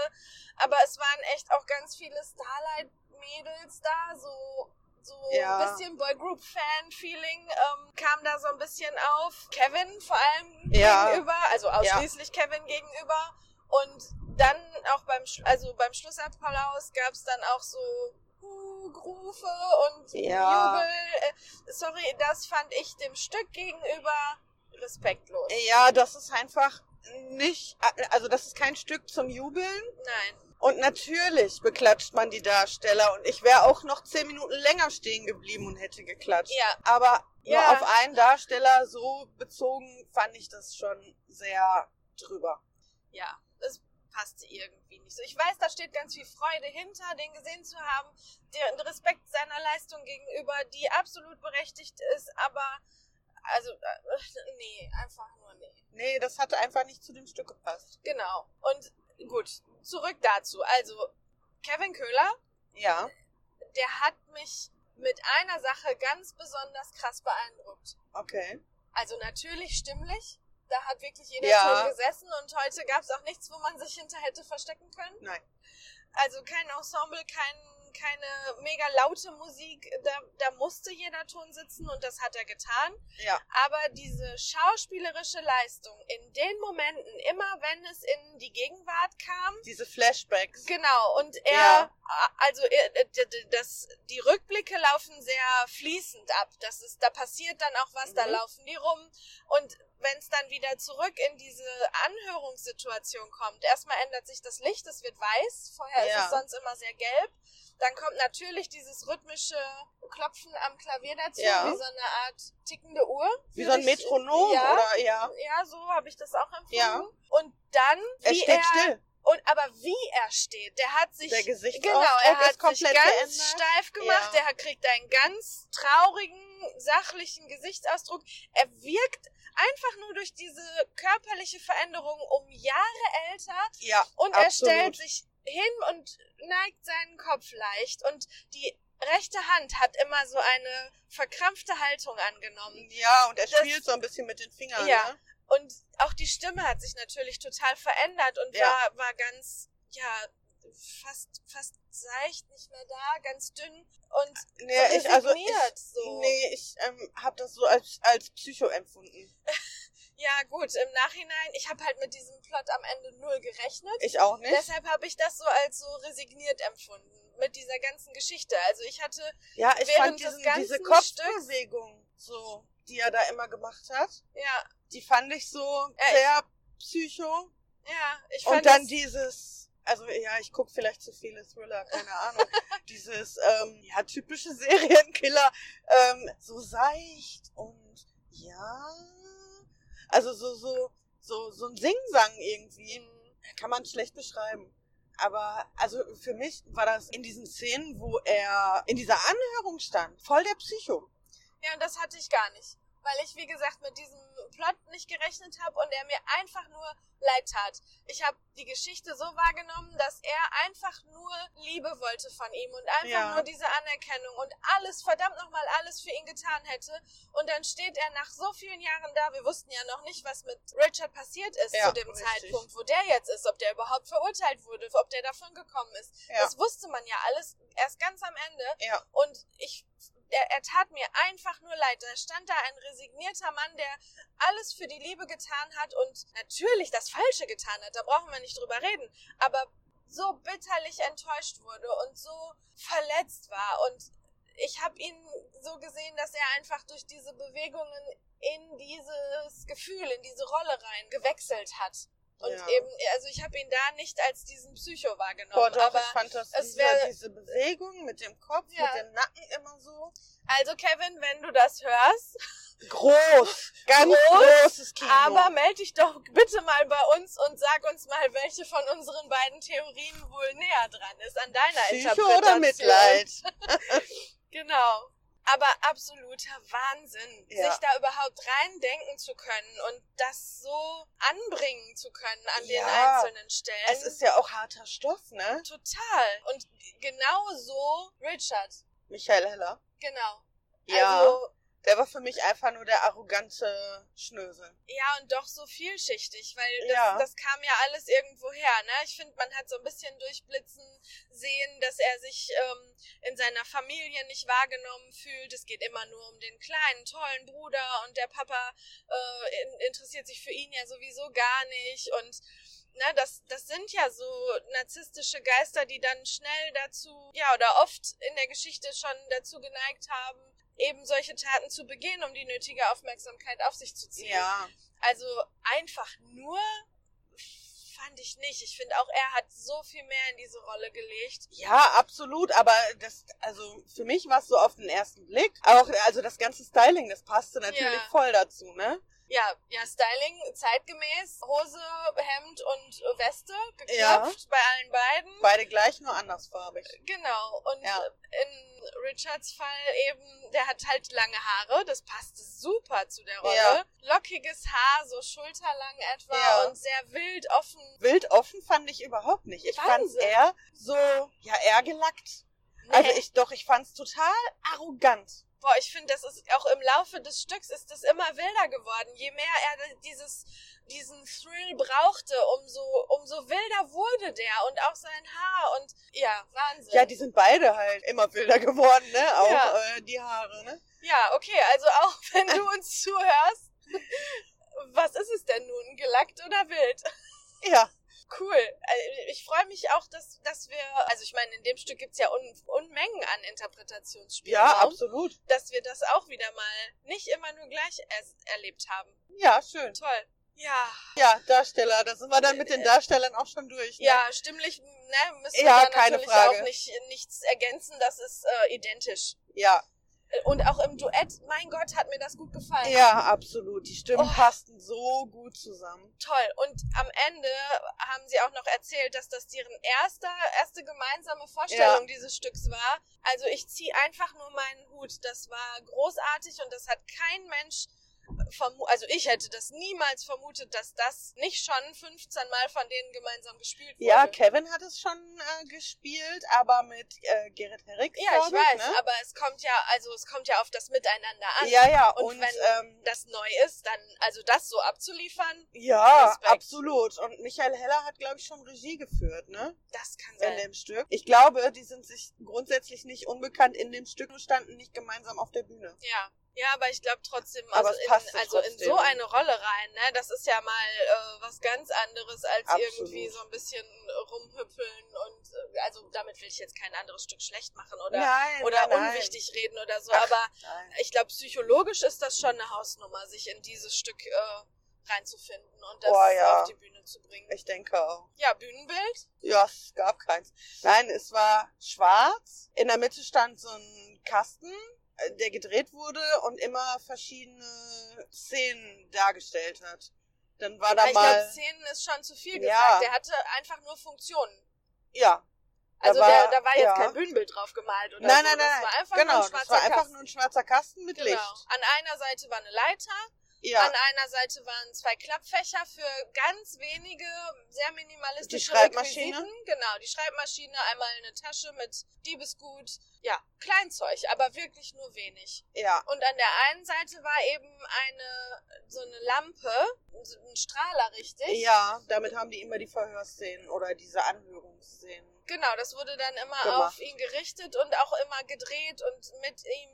S2: aber es waren echt auch ganz viele Starlight-Mädels da, so. So
S1: Ja.
S2: ein bisschen Boygroup-Fan-Feeling ähm, kam da so ein bisschen auf. Kevin vor allem
S1: Ja.
S2: gegenüber, also ausschließlich Kevin gegenüber. Und dann auch beim, Sch- also beim Schlussapplaus gab es dann auch so Rufe und
S1: Ja.
S2: Jubel. Äh, Sorry, das fand ich dem Stück gegenüber respektlos.
S1: Äh, ja, das ist einfach nicht, also das ist kein Stück zum Jubeln.
S2: Nein.
S1: Und natürlich beklatscht man die Darsteller und ich wäre auch noch zehn Minuten länger stehen geblieben und hätte geklatscht.
S2: Ja.
S1: Aber
S2: Ja.
S1: nur auf einen Darsteller so bezogen fand ich das schon sehr drüber.
S2: Ja, es passte irgendwie nicht so. Ich weiß, da steht ganz viel Freude hinter, den gesehen zu haben, den Respekt seiner Leistung gegenüber, die absolut berechtigt ist, aber also äh, nee, einfach nur nee.
S1: Nee, das hat einfach nicht zu dem Stück gepasst.
S2: Genau. Und gut, zurück dazu. Also Kevin Köhler
S1: Ja.
S2: der hat mich mit einer Sache ganz besonders krass beeindruckt.
S1: Okay.
S2: Also natürlich stimmlich. Da hat wirklich jeder
S1: Ja.
S2: schon gesessen und heute gab es auch nichts, wo man sich hinter hätte verstecken können.
S1: Nein.
S2: Also kein Ensemble, kein, keine mega laute Musik. Da, da musste jeder Ton sitzen und das hat er getan.
S1: Ja.
S2: Aber diese schauspielerische Leistung in den Momenten, immer wenn es in die Gegenwart kam,
S1: Diese Flashbacks.
S2: Genau, und er,
S1: Ja.
S2: also er, d- d- das, die Rückblicke laufen sehr fließend ab. Das ist, da passiert dann auch was, da
S1: Mhm.
S2: laufen die rum. Und wenn es dann wieder zurück in diese Anhörungssituation kommt, erstmal ändert sich das Licht, es wird weiß, vorher ist
S1: Ja.
S2: es sonst immer sehr gelb. Dann kommt natürlich dieses rhythmische Klopfen am Klavier dazu,
S1: Ja.
S2: wie so eine Art tickende Uhr.
S1: Wie so
S2: Würde
S1: ein
S2: ich-
S1: Metronom
S2: ja,
S1: oder ja.
S2: Ja, so habe ich das auch empfunden.
S1: Ja.
S2: Und dann,
S1: Er
S2: wie
S1: steht
S2: er
S1: still.
S2: und aber wie er steht, der hat sich
S1: Der Gesichtsausdruck
S2: genau, er hat
S1: ist komplett
S2: sich ganz
S1: geändert.
S2: steif gemacht.
S1: Ja.
S2: Er hat- kriegt einen ganz traurigen, sachlichen Gesichtsausdruck. Er wirkt einfach nur durch diese körperliche Veränderung um Jahre älter
S1: Ja.
S2: und er
S1: Absolut.
S2: stellt sich hin und neigt seinen Kopf leicht und die rechte Hand hat immer so eine verkrampfte Haltung angenommen.
S1: Ja, und er
S2: Das-
S1: spielt so ein bisschen mit den Fingern.
S2: Ja.
S1: Ne?
S2: Und auch die Stimme hat sich natürlich total verändert und
S1: Ja.
S2: war, war ganz, ja, fast, fast seicht, nicht mehr da, ganz dünn und
S1: Nee, ich, also ich,
S2: resigniert, so.
S1: nee, ich ähm, habe das so als, als Psycho empfunden.
S2: Ja, gut, im Nachhinein, ich habe halt mit diesem Plot am Ende null gerechnet.
S1: Ich auch nicht.
S2: Deshalb habe ich das so als so resigniert empfunden mit dieser ganzen Geschichte. Also ich hatte,
S1: Ja, ich
S2: Während
S1: fand
S2: des
S1: diesen,
S2: ganzen
S1: diese Kopfbewegung, so, die er da immer gemacht hat,
S2: ja,
S1: die fand ich so
S2: Ja,
S1: sehr psycho.
S2: ja, ich fand
S1: Und dann
S2: das,
S1: dieses, also ja, ich guck vielleicht zu viele Thriller, keine
S2: [LAUGHS]
S1: Ahnung. dieses, ähm, ja, typische [LAUGHS] Serienkiller, ähm, so seicht und ja, also so, so, so, so ein Singsang irgendwie.
S2: hm.
S1: Kann man schlecht beschreiben. Aber also für mich war das in diesen Szenen, wo er in dieser Anhörung stand, voll der Psycho.
S2: Ja, und das hatte ich gar nicht. Weil ich, wie gesagt, mit diesem Plot nicht gerechnet habe und er mir einfach nur leid tat. Ich habe die Geschichte so wahrgenommen, dass er einfach nur Liebe wollte von ihm und einfach
S1: Ja.
S2: nur diese Anerkennung und alles, verdammt nochmal, alles für ihn getan hätte. Und dann steht er nach so vielen Jahren da. Wir wussten ja noch nicht, was mit Richard passiert ist
S1: Ja,
S2: zu dem
S1: richtig.
S2: Zeitpunkt, wo der jetzt ist, ob der überhaupt verurteilt wurde, ob der davon gekommen ist.
S1: Ja.
S2: Das wusste man ja alles erst ganz am Ende.
S1: Ja.
S2: Und ich, er, er tat mir einfach nur leid. Da stand da ein resignierter Mann, der alles für die Liebe getan hat und natürlich das Falsche getan hat. Da brauchen wir nicht drüber reden. Aber so bitterlich enttäuscht wurde und so verletzt war. Und ich habe ihn so gesehen, dass er einfach durch diese Bewegungen in dieses Gefühl, in diese Rolle rein gewechselt hat. Und
S1: Ja.
S2: eben, also ich habe ihn da nicht als diesen Psycho wahrgenommen.
S1: Boah, doch,
S2: Genau, aber
S1: ich fand das
S2: es
S1: dieser,
S2: wär-
S1: diese Bewegung mit dem Kopf,
S2: Ja.
S1: mit dem Nacken immer so.
S2: also Kevin, wenn du das hörst,
S1: Groß, ganz
S2: Groß,
S1: großes Kino.
S2: Aber melde dich doch bitte mal bei uns und sag uns mal, welche von unseren beiden Theorien wohl näher dran ist an deiner
S1: Psycho
S2: Interpretation.
S1: oder Mitleid?
S2: Genau. Aber absoluter Wahnsinn,
S1: Ja.
S2: sich da überhaupt reindenken zu können und das so anbringen zu können an den
S1: Ja.
S2: einzelnen Stellen.
S1: Es ist ja auch harter Stoff, ne?
S2: total. Und genau so Richard.
S1: Michael Heller.
S2: Genau.
S1: Ja.
S2: Also,
S1: der war für mich einfach nur der arrogante Schnösel.
S2: Ja, und doch so vielschichtig, weil das,
S1: Ja.
S2: das kam ja alles irgendwo her. Ne? Ich finde, man hat so ein bisschen durchblitzen sehen, dass er sich ähm, in seiner Familie nicht wahrgenommen fühlt. Es geht immer nur um den kleinen, tollen Bruder und der Papa äh, in, interessiert sich für ihn ja sowieso gar nicht. Und ne, das, das sind ja so narzisstische Geister, die dann schnell dazu, ja, oder oft in der Geschichte schon dazu geneigt haben, eben solche Taten zu begehen, um die nötige Aufmerksamkeit auf sich zu ziehen. Also einfach nur fand ich nicht. Ich finde auch, er hat so viel mehr in diese Rolle gelegt.
S1: Ja, absolut, aber das, also für mich war es so auf den ersten Blick. Aber auch, also das ganze Styling, das passte natürlich
S2: Ja.
S1: voll dazu, ne?
S2: Ja, ja, Styling zeitgemäß, Hose, Hemd und äh, Weste geknöpft
S1: Ja.
S2: bei allen beiden.
S1: Beide gleich, nur andersfarbig.
S2: genau. Und
S1: Ja.
S2: in Richards Fall eben, der hat halt lange Haare, das passte super zu der Rolle.
S1: Ja.
S2: Lockiges Haar, so schulterlang etwa
S1: Ja.
S2: und sehr wild offen.
S1: Wild offen fand ich überhaupt nicht. Ich fand
S2: Wahnsinn.
S1: eher so, ja, eher gelackt. Also ich doch, ich fand's total arrogant.
S2: Boah, ich finde, das ist auch im Laufe des Stücks ist das immer wilder geworden. Je mehr er dieses, diesen Thrill brauchte, umso, umso wilder wurde der und auch sein Haar und ja, Wahnsinn.
S1: Ja, die sind beide halt immer wilder geworden, ne? Auch
S2: Ja.
S1: äh, die Haare, ne?
S2: ja, okay, also auch [LAUGHS] wenn du uns zuhörst, was ist es denn nun? Gelackt oder wild?
S1: Ja,
S2: Cool. Äh, Ich freue mich auch, dass, dass wir, also ich meine, in dem Stück gibt's ja un, Unmengen an Interpretationsspielraum,
S1: ja, absolut.
S2: dass wir das auch wieder mal nicht immer nur gleich er erlebt haben.
S1: Ja, schön.
S2: Toll. Ja,
S1: Ja, Darsteller, da sind wir dann mit den Darstellern auch schon durch. Ne?
S2: Ja, stimmlich ne, müssen
S1: Ja,
S2: wir da
S1: keine
S2: natürlich
S1: Frage.
S2: auch nicht, nichts ergänzen. Das ist äh, identisch.
S1: Ja,
S2: Äh, Und auch im Duett, mein Gott, hat mir das gut gefallen.
S1: ja, absolut. Die Stimmen
S2: Oh.
S1: passten so gut zusammen.
S2: Toll. Und am Ende haben sie auch noch erzählt, dass das deren erster, erste gemeinsame Vorstellung dieses Stücks war. Also ich ziehe einfach nur meinen Hut. Das war großartig und das hat kein Mensch vermu- also ich hätte das niemals vermutet, dass das nicht schon 15 Mal von denen gemeinsam gespielt wurde.
S1: Ja, Kevin hat es schon äh, gespielt, aber mit äh, Gerrit Herricks,
S2: Ja, ich
S1: glaub
S2: weiß,
S1: Ne?
S2: aber es kommt ja, also es kommt ja auf das Miteinander an.
S1: Ja, ja,
S2: Und
S1: und,
S2: wenn-
S1: ähm,
S2: Das neu ist, dann, also das so abzuliefern,
S1: ja,
S2: Respekt.
S1: absolut. Und Michael Heller hat, glaube ich, schon Regie geführt, ne?
S2: das kann
S1: In
S2: sein.
S1: dem Stück. Ich glaube, die sind sich grundsätzlich nicht unbekannt in dem Stück und standen nicht gemeinsam auf der Bühne.
S2: Ja. Ja, aber ich glaube trotzdem,
S1: Aber
S2: also,
S1: es passte
S2: in, also in
S1: trotzdem.
S2: so eine Rolle rein, ne, das ist ja mal äh, was ganz anderes als
S1: Absolut.
S2: irgendwie so ein bisschen rumhüpfeln und äh, also damit will ich jetzt kein anderes Stück schlecht machen oder,
S1: nein,
S2: oder
S1: nein, nein.
S2: unwichtig reden oder so,
S1: Ach.
S2: aber
S1: Nein.
S2: ich glaube, psychologisch ist das schon eine Hausnummer, sich in dieses Stück äh, reinzufinden und das
S1: Oh, ja.
S2: auf die Bühne zu bringen.
S1: Ich denke auch.
S2: Ja, Bühnenbild.
S1: Ja, es gab keins. Nein, es war schwarz. In der Mitte stand so ein Kasten, äh, der gedreht wurde und immer verschiedene Szenen dargestellt hat. Dann war da
S2: ich glaube,
S1: mal.
S2: Szenen ist schon zu viel
S1: Ja.
S2: gesagt. Der hatte einfach nur Funktionen.
S1: ja. Da
S2: Also
S1: war-
S2: der, da war jetzt
S1: ja.
S2: kein Bühnenbild drauf gemalt oder
S1: nein,
S2: so.
S1: nein, nein,
S2: Das
S1: nein.
S2: war einfach
S1: genau,
S2: nur ein
S1: das
S2: schwarzer
S1: war einfach
S2: Kasten.
S1: nur ein schwarzer Kasten mit
S2: Genau.
S1: Licht.
S2: An einer Seite war eine Leiter,
S1: Ja.
S2: an einer Seite waren zwei Klappfächer für ganz wenige, sehr minimalistische
S1: Die Schreibmaschine?
S2: Requisiten. Genau, die Schreibmaschine, einmal eine Tasche mit Diebesgut. Ja, Kleinzeug, aber wirklich nur wenig.
S1: Ja.
S2: Und an der einen Seite war eben eine, so eine Lampe, so ein Strahler, richtig?
S1: Ja, damit haben die immer die Verhörszenen oder diese Anhörungsszenen.
S2: Genau, das wurde dann immer
S1: Gemacht.
S2: auf ihn gerichtet und auch immer gedreht und mit ihm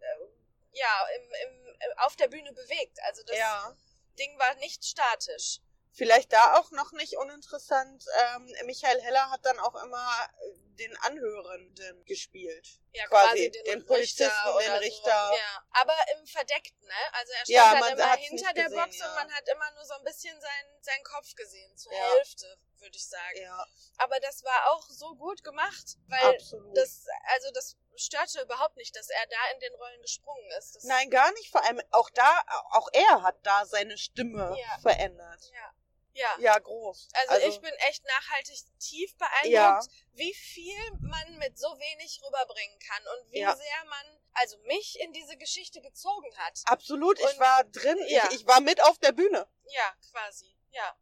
S2: äh, ja im, im, äh, auf der Bühne bewegt. Also das
S1: ja.
S2: Ding war nicht statisch.
S1: Vielleicht da auch noch nicht uninteressant. Ähm, Michael Heller hat dann auch immer äh, den Anhörenden gespielt.
S2: Ja,
S1: Quasi
S2: quasi,
S1: den
S2: den,
S1: Polizisten, den
S2: oder
S1: Richter.
S2: So. Ja. Aber im Verdeckten, ne? Also er stand
S1: Ja, man
S2: dann immer
S1: hat's
S2: hinter
S1: nicht
S2: der
S1: gesehen,
S2: Box
S1: ja.
S2: und man hat immer nur so ein bisschen seinen, seinen Kopf gesehen. Zur
S1: Ja.
S2: Hälfte, würde ich sagen.
S1: Ja,
S2: Aber das war auch so gut gemacht, weil
S1: absolut.
S2: das, also das störte überhaupt nicht, dass er da in den Rollen gesprungen ist. Das,
S1: Nein, gar nicht. Vor allem auch da, auch er hat da seine Stimme
S2: Ja.
S1: verändert.
S2: Ja. Ja.
S1: Ja, groß.
S2: Also, ich bin echt nachhaltig tief beeindruckt,
S1: Ja.
S2: wie viel man mit so wenig rüberbringen kann und wie
S1: Ja.
S2: sehr man, also mich in diese Geschichte gezogen hat.
S1: Absolut, ich
S2: Und-
S1: war drin.
S2: Ja.
S1: Ich, ich war mit auf der Bühne.
S2: Ja, quasi, ja.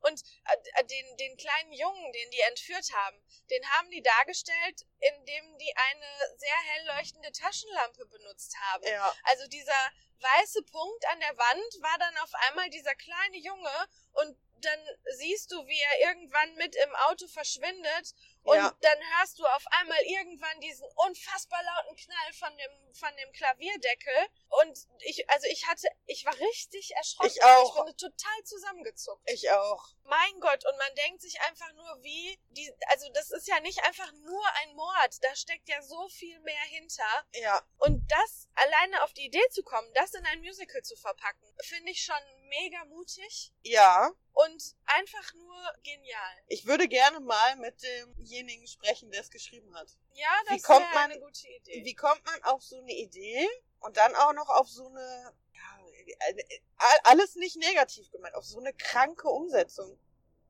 S2: Und äh, äh, den, den kleinen Jungen, den die entführt haben, den haben die dargestellt, indem die eine sehr hell leuchtende Taschenlampe benutzt haben.
S1: Ja.
S2: Also dieser weiße Punkt an der Wand war dann auf einmal dieser kleine Junge und dann siehst du, wie er irgendwann mit im Auto verschwindet und
S1: Ja.
S2: dann hörst du auf einmal irgendwann diesen unfassbar lauten Knall von dem von dem Klavierdeckel und ich also ich hatte ich war richtig erschrocken,
S1: Ich auch.
S2: ich bin total zusammengezuckt.
S1: Ich auch.
S2: Mein Gott, und man denkt sich einfach nur, wie die also das ist ja nicht einfach nur ein Mord, da steckt ja so viel mehr hinter.
S1: Ja.
S2: Und das alleine auf die Idee zu kommen, das in ein Musical zu verpacken, finde ich schon mega mutig
S1: Ja.
S2: und einfach nur genial.
S1: Ich würde gerne mal mit demjenigen sprechen, der es geschrieben hat.
S2: Ja,
S1: Wie
S2: das
S1: kommt
S2: wäre
S1: man-
S2: eine gute Idee.
S1: Wie kommt man auf so eine Idee und dann auch noch auf so eine, ja, äh, all- alles nicht negativ gemeint, auf so eine kranke Umsetzung?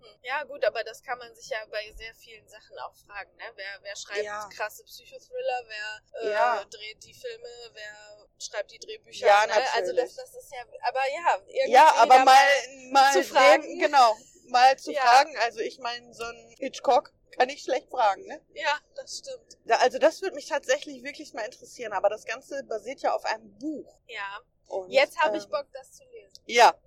S2: Hm. Ja, gut, aber das kann man sich ja bei sehr vielen Sachen auch fragen, ne? Wer, wer schreibt
S1: Ja.
S2: krasse Psychothriller, wer äh,
S1: Ja.
S2: dreht die Filme, wer schreibt die Drehbücher,
S1: Ja,
S2: ne? Also das,
S1: natürlich.
S2: das ist ja, aber ja, irgendwie
S1: ja, aber
S2: da
S1: mal, mal
S2: zu fragen.
S1: genau, mal zu
S2: Ja.
S1: fragen. Also ich meine, so ein Hitchcock kann ich schlecht fragen, ne?
S2: Ja, das stimmt.
S1: Da, also das würde mich tatsächlich wirklich mal interessieren, aber das Ganze basiert ja auf einem Buch.
S2: Ja.
S1: Und,
S2: Jetzt habe ich
S1: ähm,
S2: Bock, das zu lesen. [LAUGHS]
S1: Ja.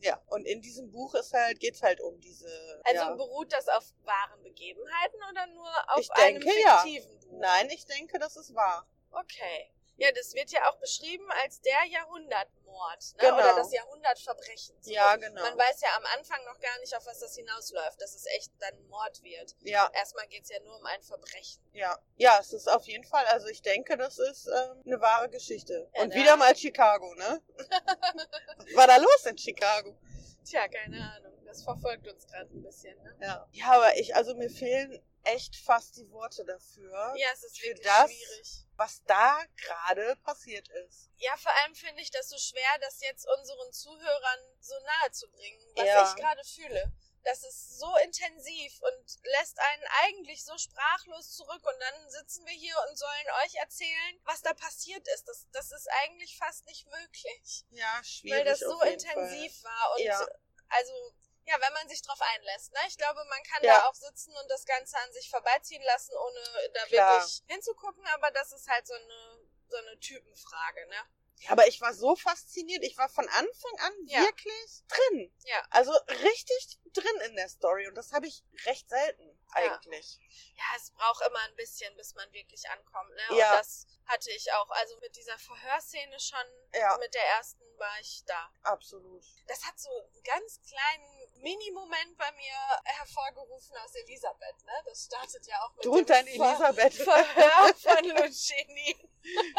S1: ja, und in diesem Buch ist halt, geht's halt um diese.
S2: Also
S1: ja.
S2: beruht das auf wahren Begebenheiten oder nur auf
S1: Ich
S2: einem
S1: denke, ja.
S2: fiktiven Buch?
S1: Nein, ich denke, das ist wahr.
S2: Okay. Ja, das wird ja auch beschrieben als der Jahrhundertmord ne?
S1: Genau.
S2: oder das Jahrhundertverbrechen. So.
S1: Ja, genau.
S2: Man weiß ja am Anfang noch gar nicht, auf was das hinausläuft, dass es echt dann Mord wird.
S1: Ja,
S2: Erstmal geht's ja nur um ein Verbrechen.
S1: ja. Ja, es ist auf jeden Fall, also ich denke, das ist ähm, eine wahre Geschichte.
S2: Ja, ne?
S1: und
S2: da-
S1: wieder mal Chicago,
S2: [LAUGHS]
S1: ne? Was war da los in Chicago?
S2: Tja, keine Ahnung. Das verfolgt uns gerade ein bisschen. Ne?
S1: Ja. Ja, aber ich, also mir fehlen echt fast die Worte dafür,
S2: Ja, es ist
S1: Für
S2: wirklich
S1: das-
S2: schwierig.
S1: was da gerade passiert ist.
S2: Ja, vor allem finde ich das so schwer, das jetzt unseren Zuhörern so nahe zu bringen, was
S1: Ja.
S2: ich gerade fühle. Das ist so intensiv und lässt einen eigentlich so sprachlos zurück und dann sitzen wir hier und sollen euch erzählen, was da passiert ist. Das, das ist eigentlich fast nicht möglich,
S1: Ja, schwierig.
S2: weil das
S1: auf
S2: so
S1: jeden
S2: intensiv war und
S1: Ja.
S2: also ja, wenn man sich drauf einlässt. Ne? Ich glaube, man kann
S1: Ja.
S2: da auch sitzen und das Ganze an sich vorbeiziehen lassen, ohne da
S1: Klar.
S2: wirklich hinzugucken, aber das ist halt so eine, so eine Typenfrage, ne?
S1: Fall. Aber ich war so fasziniert. Ich war von Anfang an
S2: Ja.
S1: wirklich drin.
S2: Ja.
S1: Also richtig drin in der Story. Und das habe ich recht selten
S2: Ja.
S1: eigentlich.
S2: Ja, es braucht immer ein bisschen, bis man wirklich ankommt. Ne?
S1: Ja.
S2: Und das hatte ich auch. Also mit dieser Verhörszene schon,
S1: Ja.
S2: mit der ersten war ich da.
S1: Absolut.
S2: Das hat so einen ganz kleinen Mini-Moment bei mir hervorgerufen aus Elisabeth. Ne? Das startet ja auch mit
S1: Du und dein
S2: Ver-
S1: Elisabeth.
S2: Verhör von Lucini.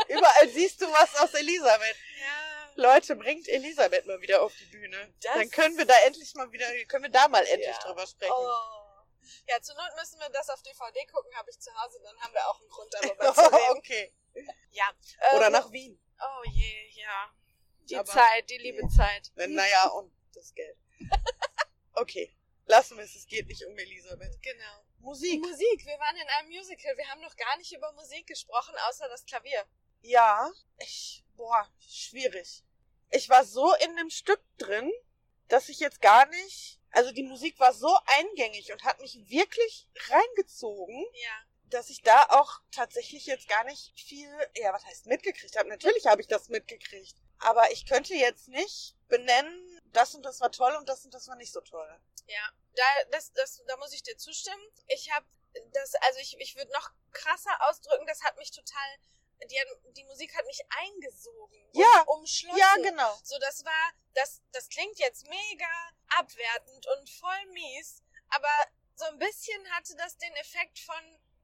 S1: Überall siehst du was aus Elisabeth.
S2: Ja.
S1: Leute, bringt Elisabeth mal wieder auf die Bühne.
S2: Das-
S1: Dann können wir da endlich mal wieder, können wir da mal endlich
S2: Ja.
S1: drüber sprechen. [LAUGHS]
S2: Oh. Ja, zur Not müssen wir das auf DVD gucken, habe ich zu Hause. Dann haben wir auch einen Grund,
S1: [LAUGHS]
S2: darüber zu reden.
S1: okay.
S2: Ja.
S1: Oder
S2: ähm,
S1: nach Wien.
S2: Oh je, ja. Die
S1: Aber-
S2: Zeit, die liebe Zeit.
S1: Wenn, naja, und das
S2: [LAUGHS]
S1: Geld. Okay. Lassen wir es, es geht nicht um Elisabeth.
S2: Genau.
S1: Musik.
S2: Musik, wir waren in einem Musical. Wir haben noch gar nicht über Musik gesprochen, außer das Klavier.
S1: Ja, ich, boah, schwierig. Ich war so in dem Stück drin, dass ich jetzt gar nicht, also die Musik war so eingängig und hat mich wirklich reingezogen,
S2: Ja.
S1: dass ich da auch tatsächlich jetzt gar nicht viel, ja, was heißt mitgekriegt habe. Natürlich habe ich das mitgekriegt, aber ich könnte jetzt nicht benennen, das und das war toll und das und das war nicht so toll.
S2: Ja. Da, das, das, da muss ich dir zustimmen. Ich habe das, also ich, ich würde noch krasser ausdrücken, das hat mich total, die, hat- die Musik hat mich eingesogen.
S1: Ja.
S2: Um, umschlossen.
S1: Ja, genau.
S2: So, das war, das, das klingt jetzt mega abwertend und voll mies, aber so ein bisschen hatte das den Effekt von,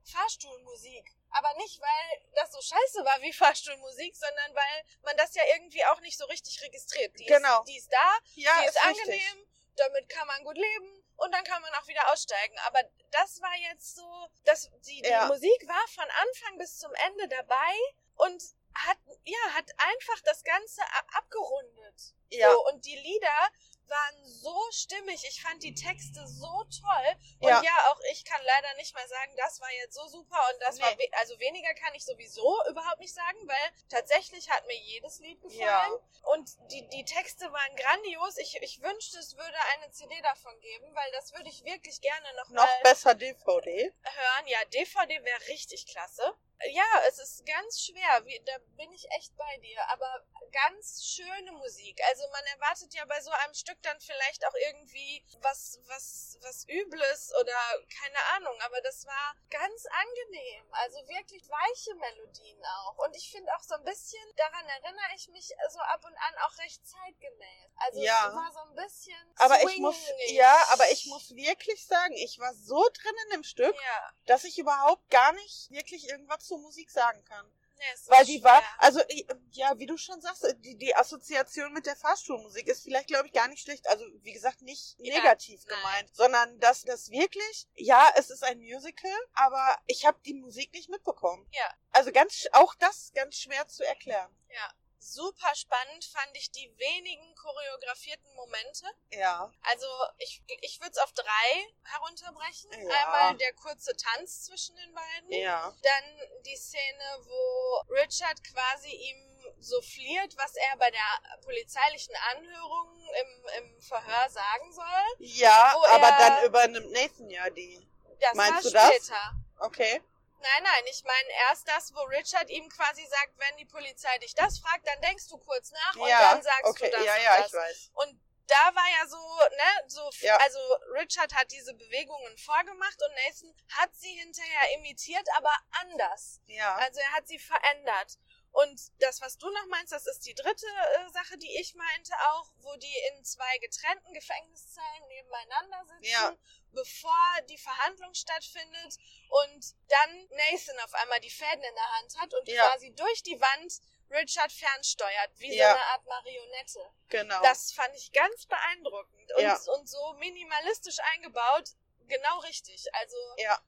S2: Fahrstuhlmusik. Aber nicht, weil das so scheiße war wie Fahrstuhlmusik, sondern weil man das ja irgendwie auch nicht so richtig registriert. Die
S1: Genau.
S2: Ist, die ist da,
S1: Ja,
S2: die ist,
S1: richtig.
S2: angenehm, damit kann man gut leben und dann kann man auch wieder aussteigen. Aber das war jetzt so, dass die, die
S1: Ja.
S2: Musik war von Anfang bis zum Ende dabei und hat, ja, hat einfach das Ganze a- abgerundet.
S1: Ja,
S2: So, und die Lieder waren so stimmig. Ich fand die Texte so toll. Und ja,
S1: Ja.
S2: auch ich kann leider nicht mehr sagen, das war jetzt so super und das war,
S1: Nee.
S2: we also weniger kann ich sowieso überhaupt nicht sagen, weil tatsächlich hat mir jedes Lied gefallen.
S1: Ja.
S2: Und die, die Texte waren grandios. Ich, ich wünschte, es würde eine CD davon geben, weil das würde ich wirklich gerne noch,
S1: noch
S2: mal
S1: besser DVD.
S2: hören. Ja, DVD wäre richtig klasse. Ja, es ist ganz schwer. Wie, da bin ich echt bei dir. Aber ganz schöne Musik. Also man erwartet ja bei so einem Stück dann vielleicht auch irgendwie was, was, was Übles oder keine Ahnung. Aber das war ganz angenehm. Also wirklich weiche Melodien auch. Und ich finde auch so ein bisschen, daran erinnere ich mich so ab und an auch recht zeitgemäß. Also
S1: Ja.
S2: es war so ein bisschen
S1: Aber ich muss,
S2: swingig.
S1: ja, aber ich muss wirklich sagen, ich war so drin in dem Stück,
S2: Ja.
S1: dass ich überhaupt gar nicht wirklich irgendwas zur Musik sagen kann.
S2: Nee, es ist
S1: Weil die war,
S2: schwer.
S1: also ich- ja, wie du schon sagst, die, die Assoziation mit der Fahrstuhlmusik ist vielleicht, glaube ich, gar nicht schlecht. Also wie gesagt, nicht
S2: Ja,
S1: negativ
S2: nein.
S1: gemeint, sondern dass das wirklich, ja, es ist ein Musical, aber ich habe die Musik nicht mitbekommen.
S2: Ja.
S1: Also ganz, sch- auch das ganz schwer zu erklären.
S2: Super spannend fand ich die wenigen choreografierten Momente.
S1: Ja,
S2: Also ich, ich würde es auf drei herunterbrechen.
S1: Ja.
S2: Einmal der kurze Tanz zwischen den beiden.
S1: ja,
S2: Dann die Szene, wo Richard quasi ihm so fliert, was er bei der polizeilichen Anhörung im, im Verhör sagen soll.
S1: ja,
S2: Wo
S1: aber
S2: er-
S1: dann übernimmt Nathan ja die.
S2: Das
S1: Meinst
S2: war
S1: du das?
S2: später.
S1: Okay,
S2: Nein, nein, ich meine erst das, wo Richard ihm quasi sagt, wenn die Polizei dich das fragt, dann denkst du kurz nach und
S1: ja,
S2: dann sagst
S1: okay,
S2: du das
S1: ja,
S2: und
S1: ja,
S2: das.
S1: ich weiß.
S2: Und da war ja so, ne, so, f-
S1: Ja.
S2: also Richard hat diese Bewegungen vorgemacht und Nathan hat sie hinterher imitiert, aber anders.
S1: Ja,
S2: Also er hat sie verändert. Und das, was du noch meinst, das ist die dritte äh, Sache, die ich meinte auch, wo die in zwei getrennten Gefängniszellen nebeneinander sitzen,
S1: Ja.
S2: bevor die Verhandlung stattfindet und dann Nathan auf einmal die Fäden in der Hand hat und
S1: Ja.
S2: quasi durch die Wand Richard fernsteuert, wie
S1: Ja.
S2: so eine Art Marionette.
S1: genau.
S2: Das fand ich ganz beeindruckend und,
S1: Ja.
S2: und so minimalistisch eingebaut, genau richtig. Also
S1: ja.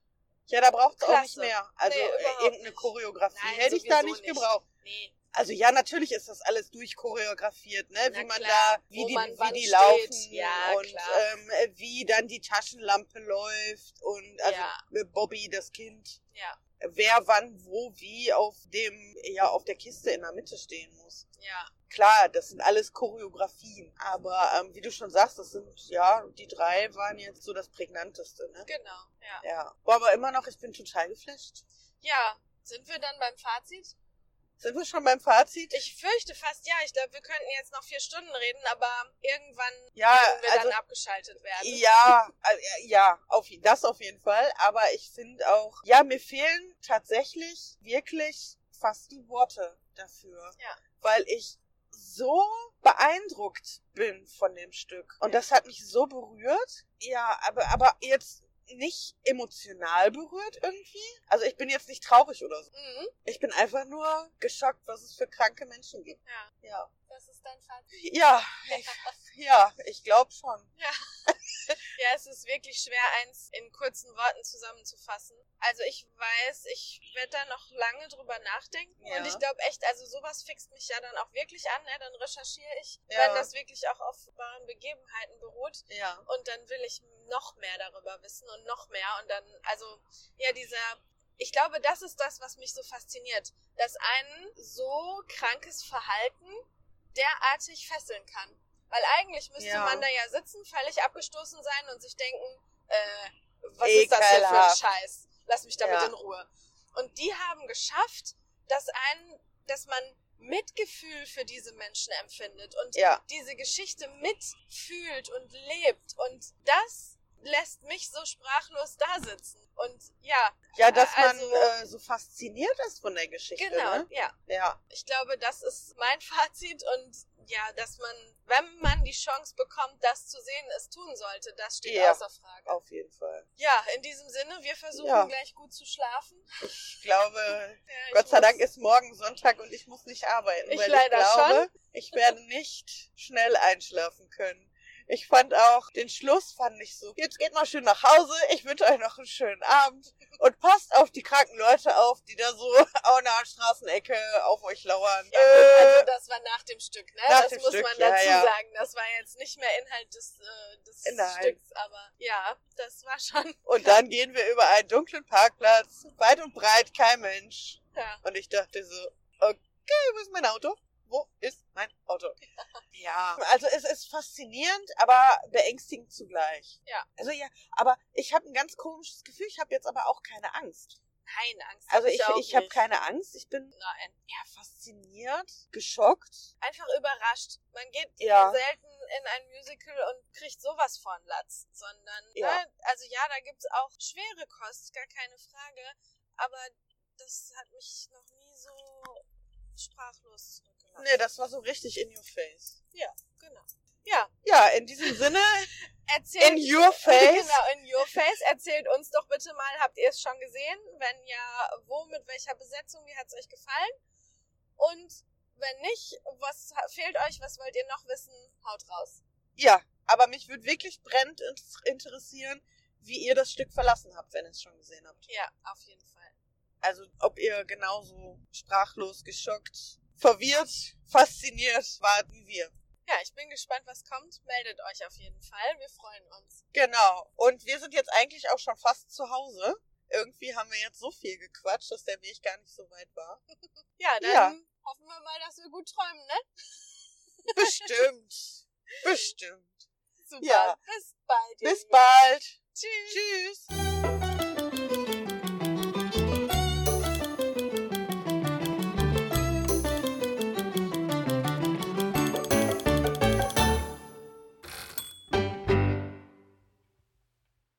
S1: Ja, da braucht's auch nicht
S2: Klasse.
S1: mehr. Also
S2: Nee,
S1: äh,
S2: überhaupt
S1: irgendeine
S2: nicht.
S1: Choreografie
S2: Nein,
S1: hätte ich da
S2: sowieso
S1: nicht
S2: nicht.
S1: gebraucht.
S2: nee,
S1: Also ja, natürlich ist das alles durchchoreografiert, ne?
S2: Na
S1: wie man
S2: klar,
S1: da, wie
S2: wo
S1: die,
S2: man wann
S1: wie die
S2: steht.
S1: laufen
S2: Ja,
S1: und
S2: klar.
S1: ähm, wie dann die Taschenlampe läuft und also
S2: Ja.
S1: äh, Bobby, das Kind,
S2: ja,
S1: wer wann, wo, wie auf dem, ja, auf der Kiste in der Mitte stehen muss.
S2: ja.
S1: Klar, das sind alles Choreografien, aber ähm, wie du schon sagst, das sind, ja, die drei waren jetzt so das prägnanteste, ne?
S2: Genau, ja.
S1: Ja. Boah, aber immer noch, ich bin total geflasht.
S2: Ja, sind wir dann beim Fazit?
S1: Sind wir schon beim Fazit?
S2: Ich fürchte fast ja. Ich glaube, wir könnten jetzt noch vier Stunden reden, aber irgendwann
S1: ja,
S2: werden wir
S1: also
S2: dann abgeschaltet werden.
S1: Ja, also, ja, auf, das auf jeden Fall. Aber ich finde auch, ja, mir fehlen tatsächlich wirklich fast die Worte dafür.
S2: Ja.
S1: Weil ich so beeindruckt bin von dem Stück. Und das hat mich so berührt. Ja, aber, aber jetzt nicht emotional berührt irgendwie. Also ich bin jetzt nicht traurig oder so.
S2: Mhm.
S1: Ich bin einfach nur geschockt, was es für kranke Menschen gibt.
S2: Ja.
S1: Ja.
S2: Das ist dein Fazit.
S1: Ja, ich, ja, ich glaube schon.
S2: Ja, es ist wirklich schwer, eins in kurzen Worten zusammenzufassen. Also ich weiß, ich werde da noch lange drüber nachdenken.
S1: Ja.
S2: Und ich glaube echt, also sowas fixt mich ja dann auch wirklich an. Ne? Dann recherchiere ich,
S1: Ja.
S2: wenn das wirklich auch auf wahren Begebenheiten beruht.
S1: Ja.
S2: Und dann will ich noch mehr darüber wissen und noch mehr. Und dann, also, ja, dieser, ich glaube, das ist das, was mich so fasziniert, dass ein so krankes Verhalten derartig fesseln kann. Weil eigentlich müsste
S1: Ja.
S2: man da ja sitzen, völlig abgestoßen sein und sich denken, äh, was ist das hier für ein
S1: Ekelhaft.
S2: Scheiß? Lass mich damit
S1: Ja.
S2: in Ruhe. Und die haben geschafft, dass einen, dass man Mitgefühl für diese Menschen empfindet und
S1: Ja.
S2: diese Geschichte mitfühlt und lebt. Und das lässt mich so sprachlos da sitzen. Und ja,
S1: Ja, dass
S2: Also-
S1: man äh, so fasziniert ist von der Geschichte.
S2: genau,
S1: Ne?
S2: ja.
S1: Ja,
S2: Ich glaube, das ist mein [LAUGHS] Fazit und ja, dass man, wenn man die Chance bekommt, das zu sehen, es tun sollte, das steht
S1: Ja.
S2: außer Frage.
S1: Auf jeden Fall.
S2: Ja, in diesem Sinne, wir versuchen
S1: Ja.
S2: gleich gut zu schlafen.
S1: Ich glaube,
S2: Ja, ich
S1: Gott sei
S2: muss-
S1: Dank ist morgen Sonntag und ich muss nicht arbeiten.
S2: Ich
S1: weil
S2: leider
S1: ich glaube, ich werde nicht schnell einschlafen können. Ich fand auch, den Schluss fand ich so. Jetzt geht mal schön nach Hause. Ich wünsche euch noch einen schönen Abend. Und passt auf die kranken Leute auf, die da so [LAUGHS] auf einer Straßenecke auf euch lauern.
S2: Ja, gut,
S1: Äh,
S2: also das war nach dem Stück, ne?
S1: nach
S2: das
S1: dem
S2: muss
S1: Stück,
S2: man
S1: ja,
S2: dazu
S1: ja.
S2: sagen. Das war jetzt nicht mehr Inhalt des, äh, des
S1: Nein.
S2: Stücks, aber ja, das war schon. [LAUGHS]
S1: Und dann gehen wir über einen dunklen Parkplatz. Weit und breit kein Mensch.
S2: Ja.
S1: Und ich dachte so, okay, wo ist mein Auto? Wo ist mein Auto? [LAUGHS] Ja, also es ist faszinierend, aber beängstigend zugleich.
S2: Ja.
S1: Also ja, aber ich habe ein ganz komisches Gefühl, ich habe jetzt aber auch keine Angst.
S2: Nein, Angst. hab
S1: Also ich,
S2: auch
S1: ich habe
S2: nicht.
S1: keine Angst, ich bin
S2: Nein.
S1: ja fasziniert, geschockt.
S2: Einfach überrascht. Man geht
S1: Ja.
S2: selten in ein Musical und kriegt sowas von Latz, sondern,
S1: Ja.
S2: ne? also ja, da gibt's auch schwere Kost, gar keine Frage, aber das hat mich noch nie so sprachlos zurückgelassen.
S1: Nee, das war so richtig in your face.
S2: Genau. Ja,
S1: Ja, in diesem [LAUGHS] Sinne,
S2: erzähl
S1: in your face.
S2: Genau, in your face. Erzählt uns doch bitte mal, habt ihr es schon gesehen? Wenn ja, wo, mit welcher Besetzung, wie hat es euch gefallen? Und wenn nicht, was ha- fehlt euch, was wollt ihr noch wissen? Haut raus.
S1: Ja, aber mich würde wirklich brennend ins- interessieren, wie ihr das Stück verlassen habt, wenn ihr es schon gesehen habt.
S2: Ja, auf jeden Fall.
S1: Also ob ihr genauso sprachlos, geschockt, verwirrt, fasziniert wart wie wir.
S2: Ja, ich bin gespannt, was kommt. Meldet euch auf jeden Fall. Wir freuen uns.
S1: Genau. Und wir sind jetzt eigentlich auch schon fast zu Hause. Irgendwie haben wir jetzt so viel gequatscht, dass der Weg gar nicht so weit war.
S2: Ja, dann
S1: Ja.
S2: hoffen wir mal, dass wir gut träumen, ne?
S1: Bestimmt. Bestimmt.
S2: Super.
S1: Ja.
S2: Bis bald. ihr
S1: Bis
S2: Lieben.
S1: bald.
S2: Tschüss.
S1: Tschüss.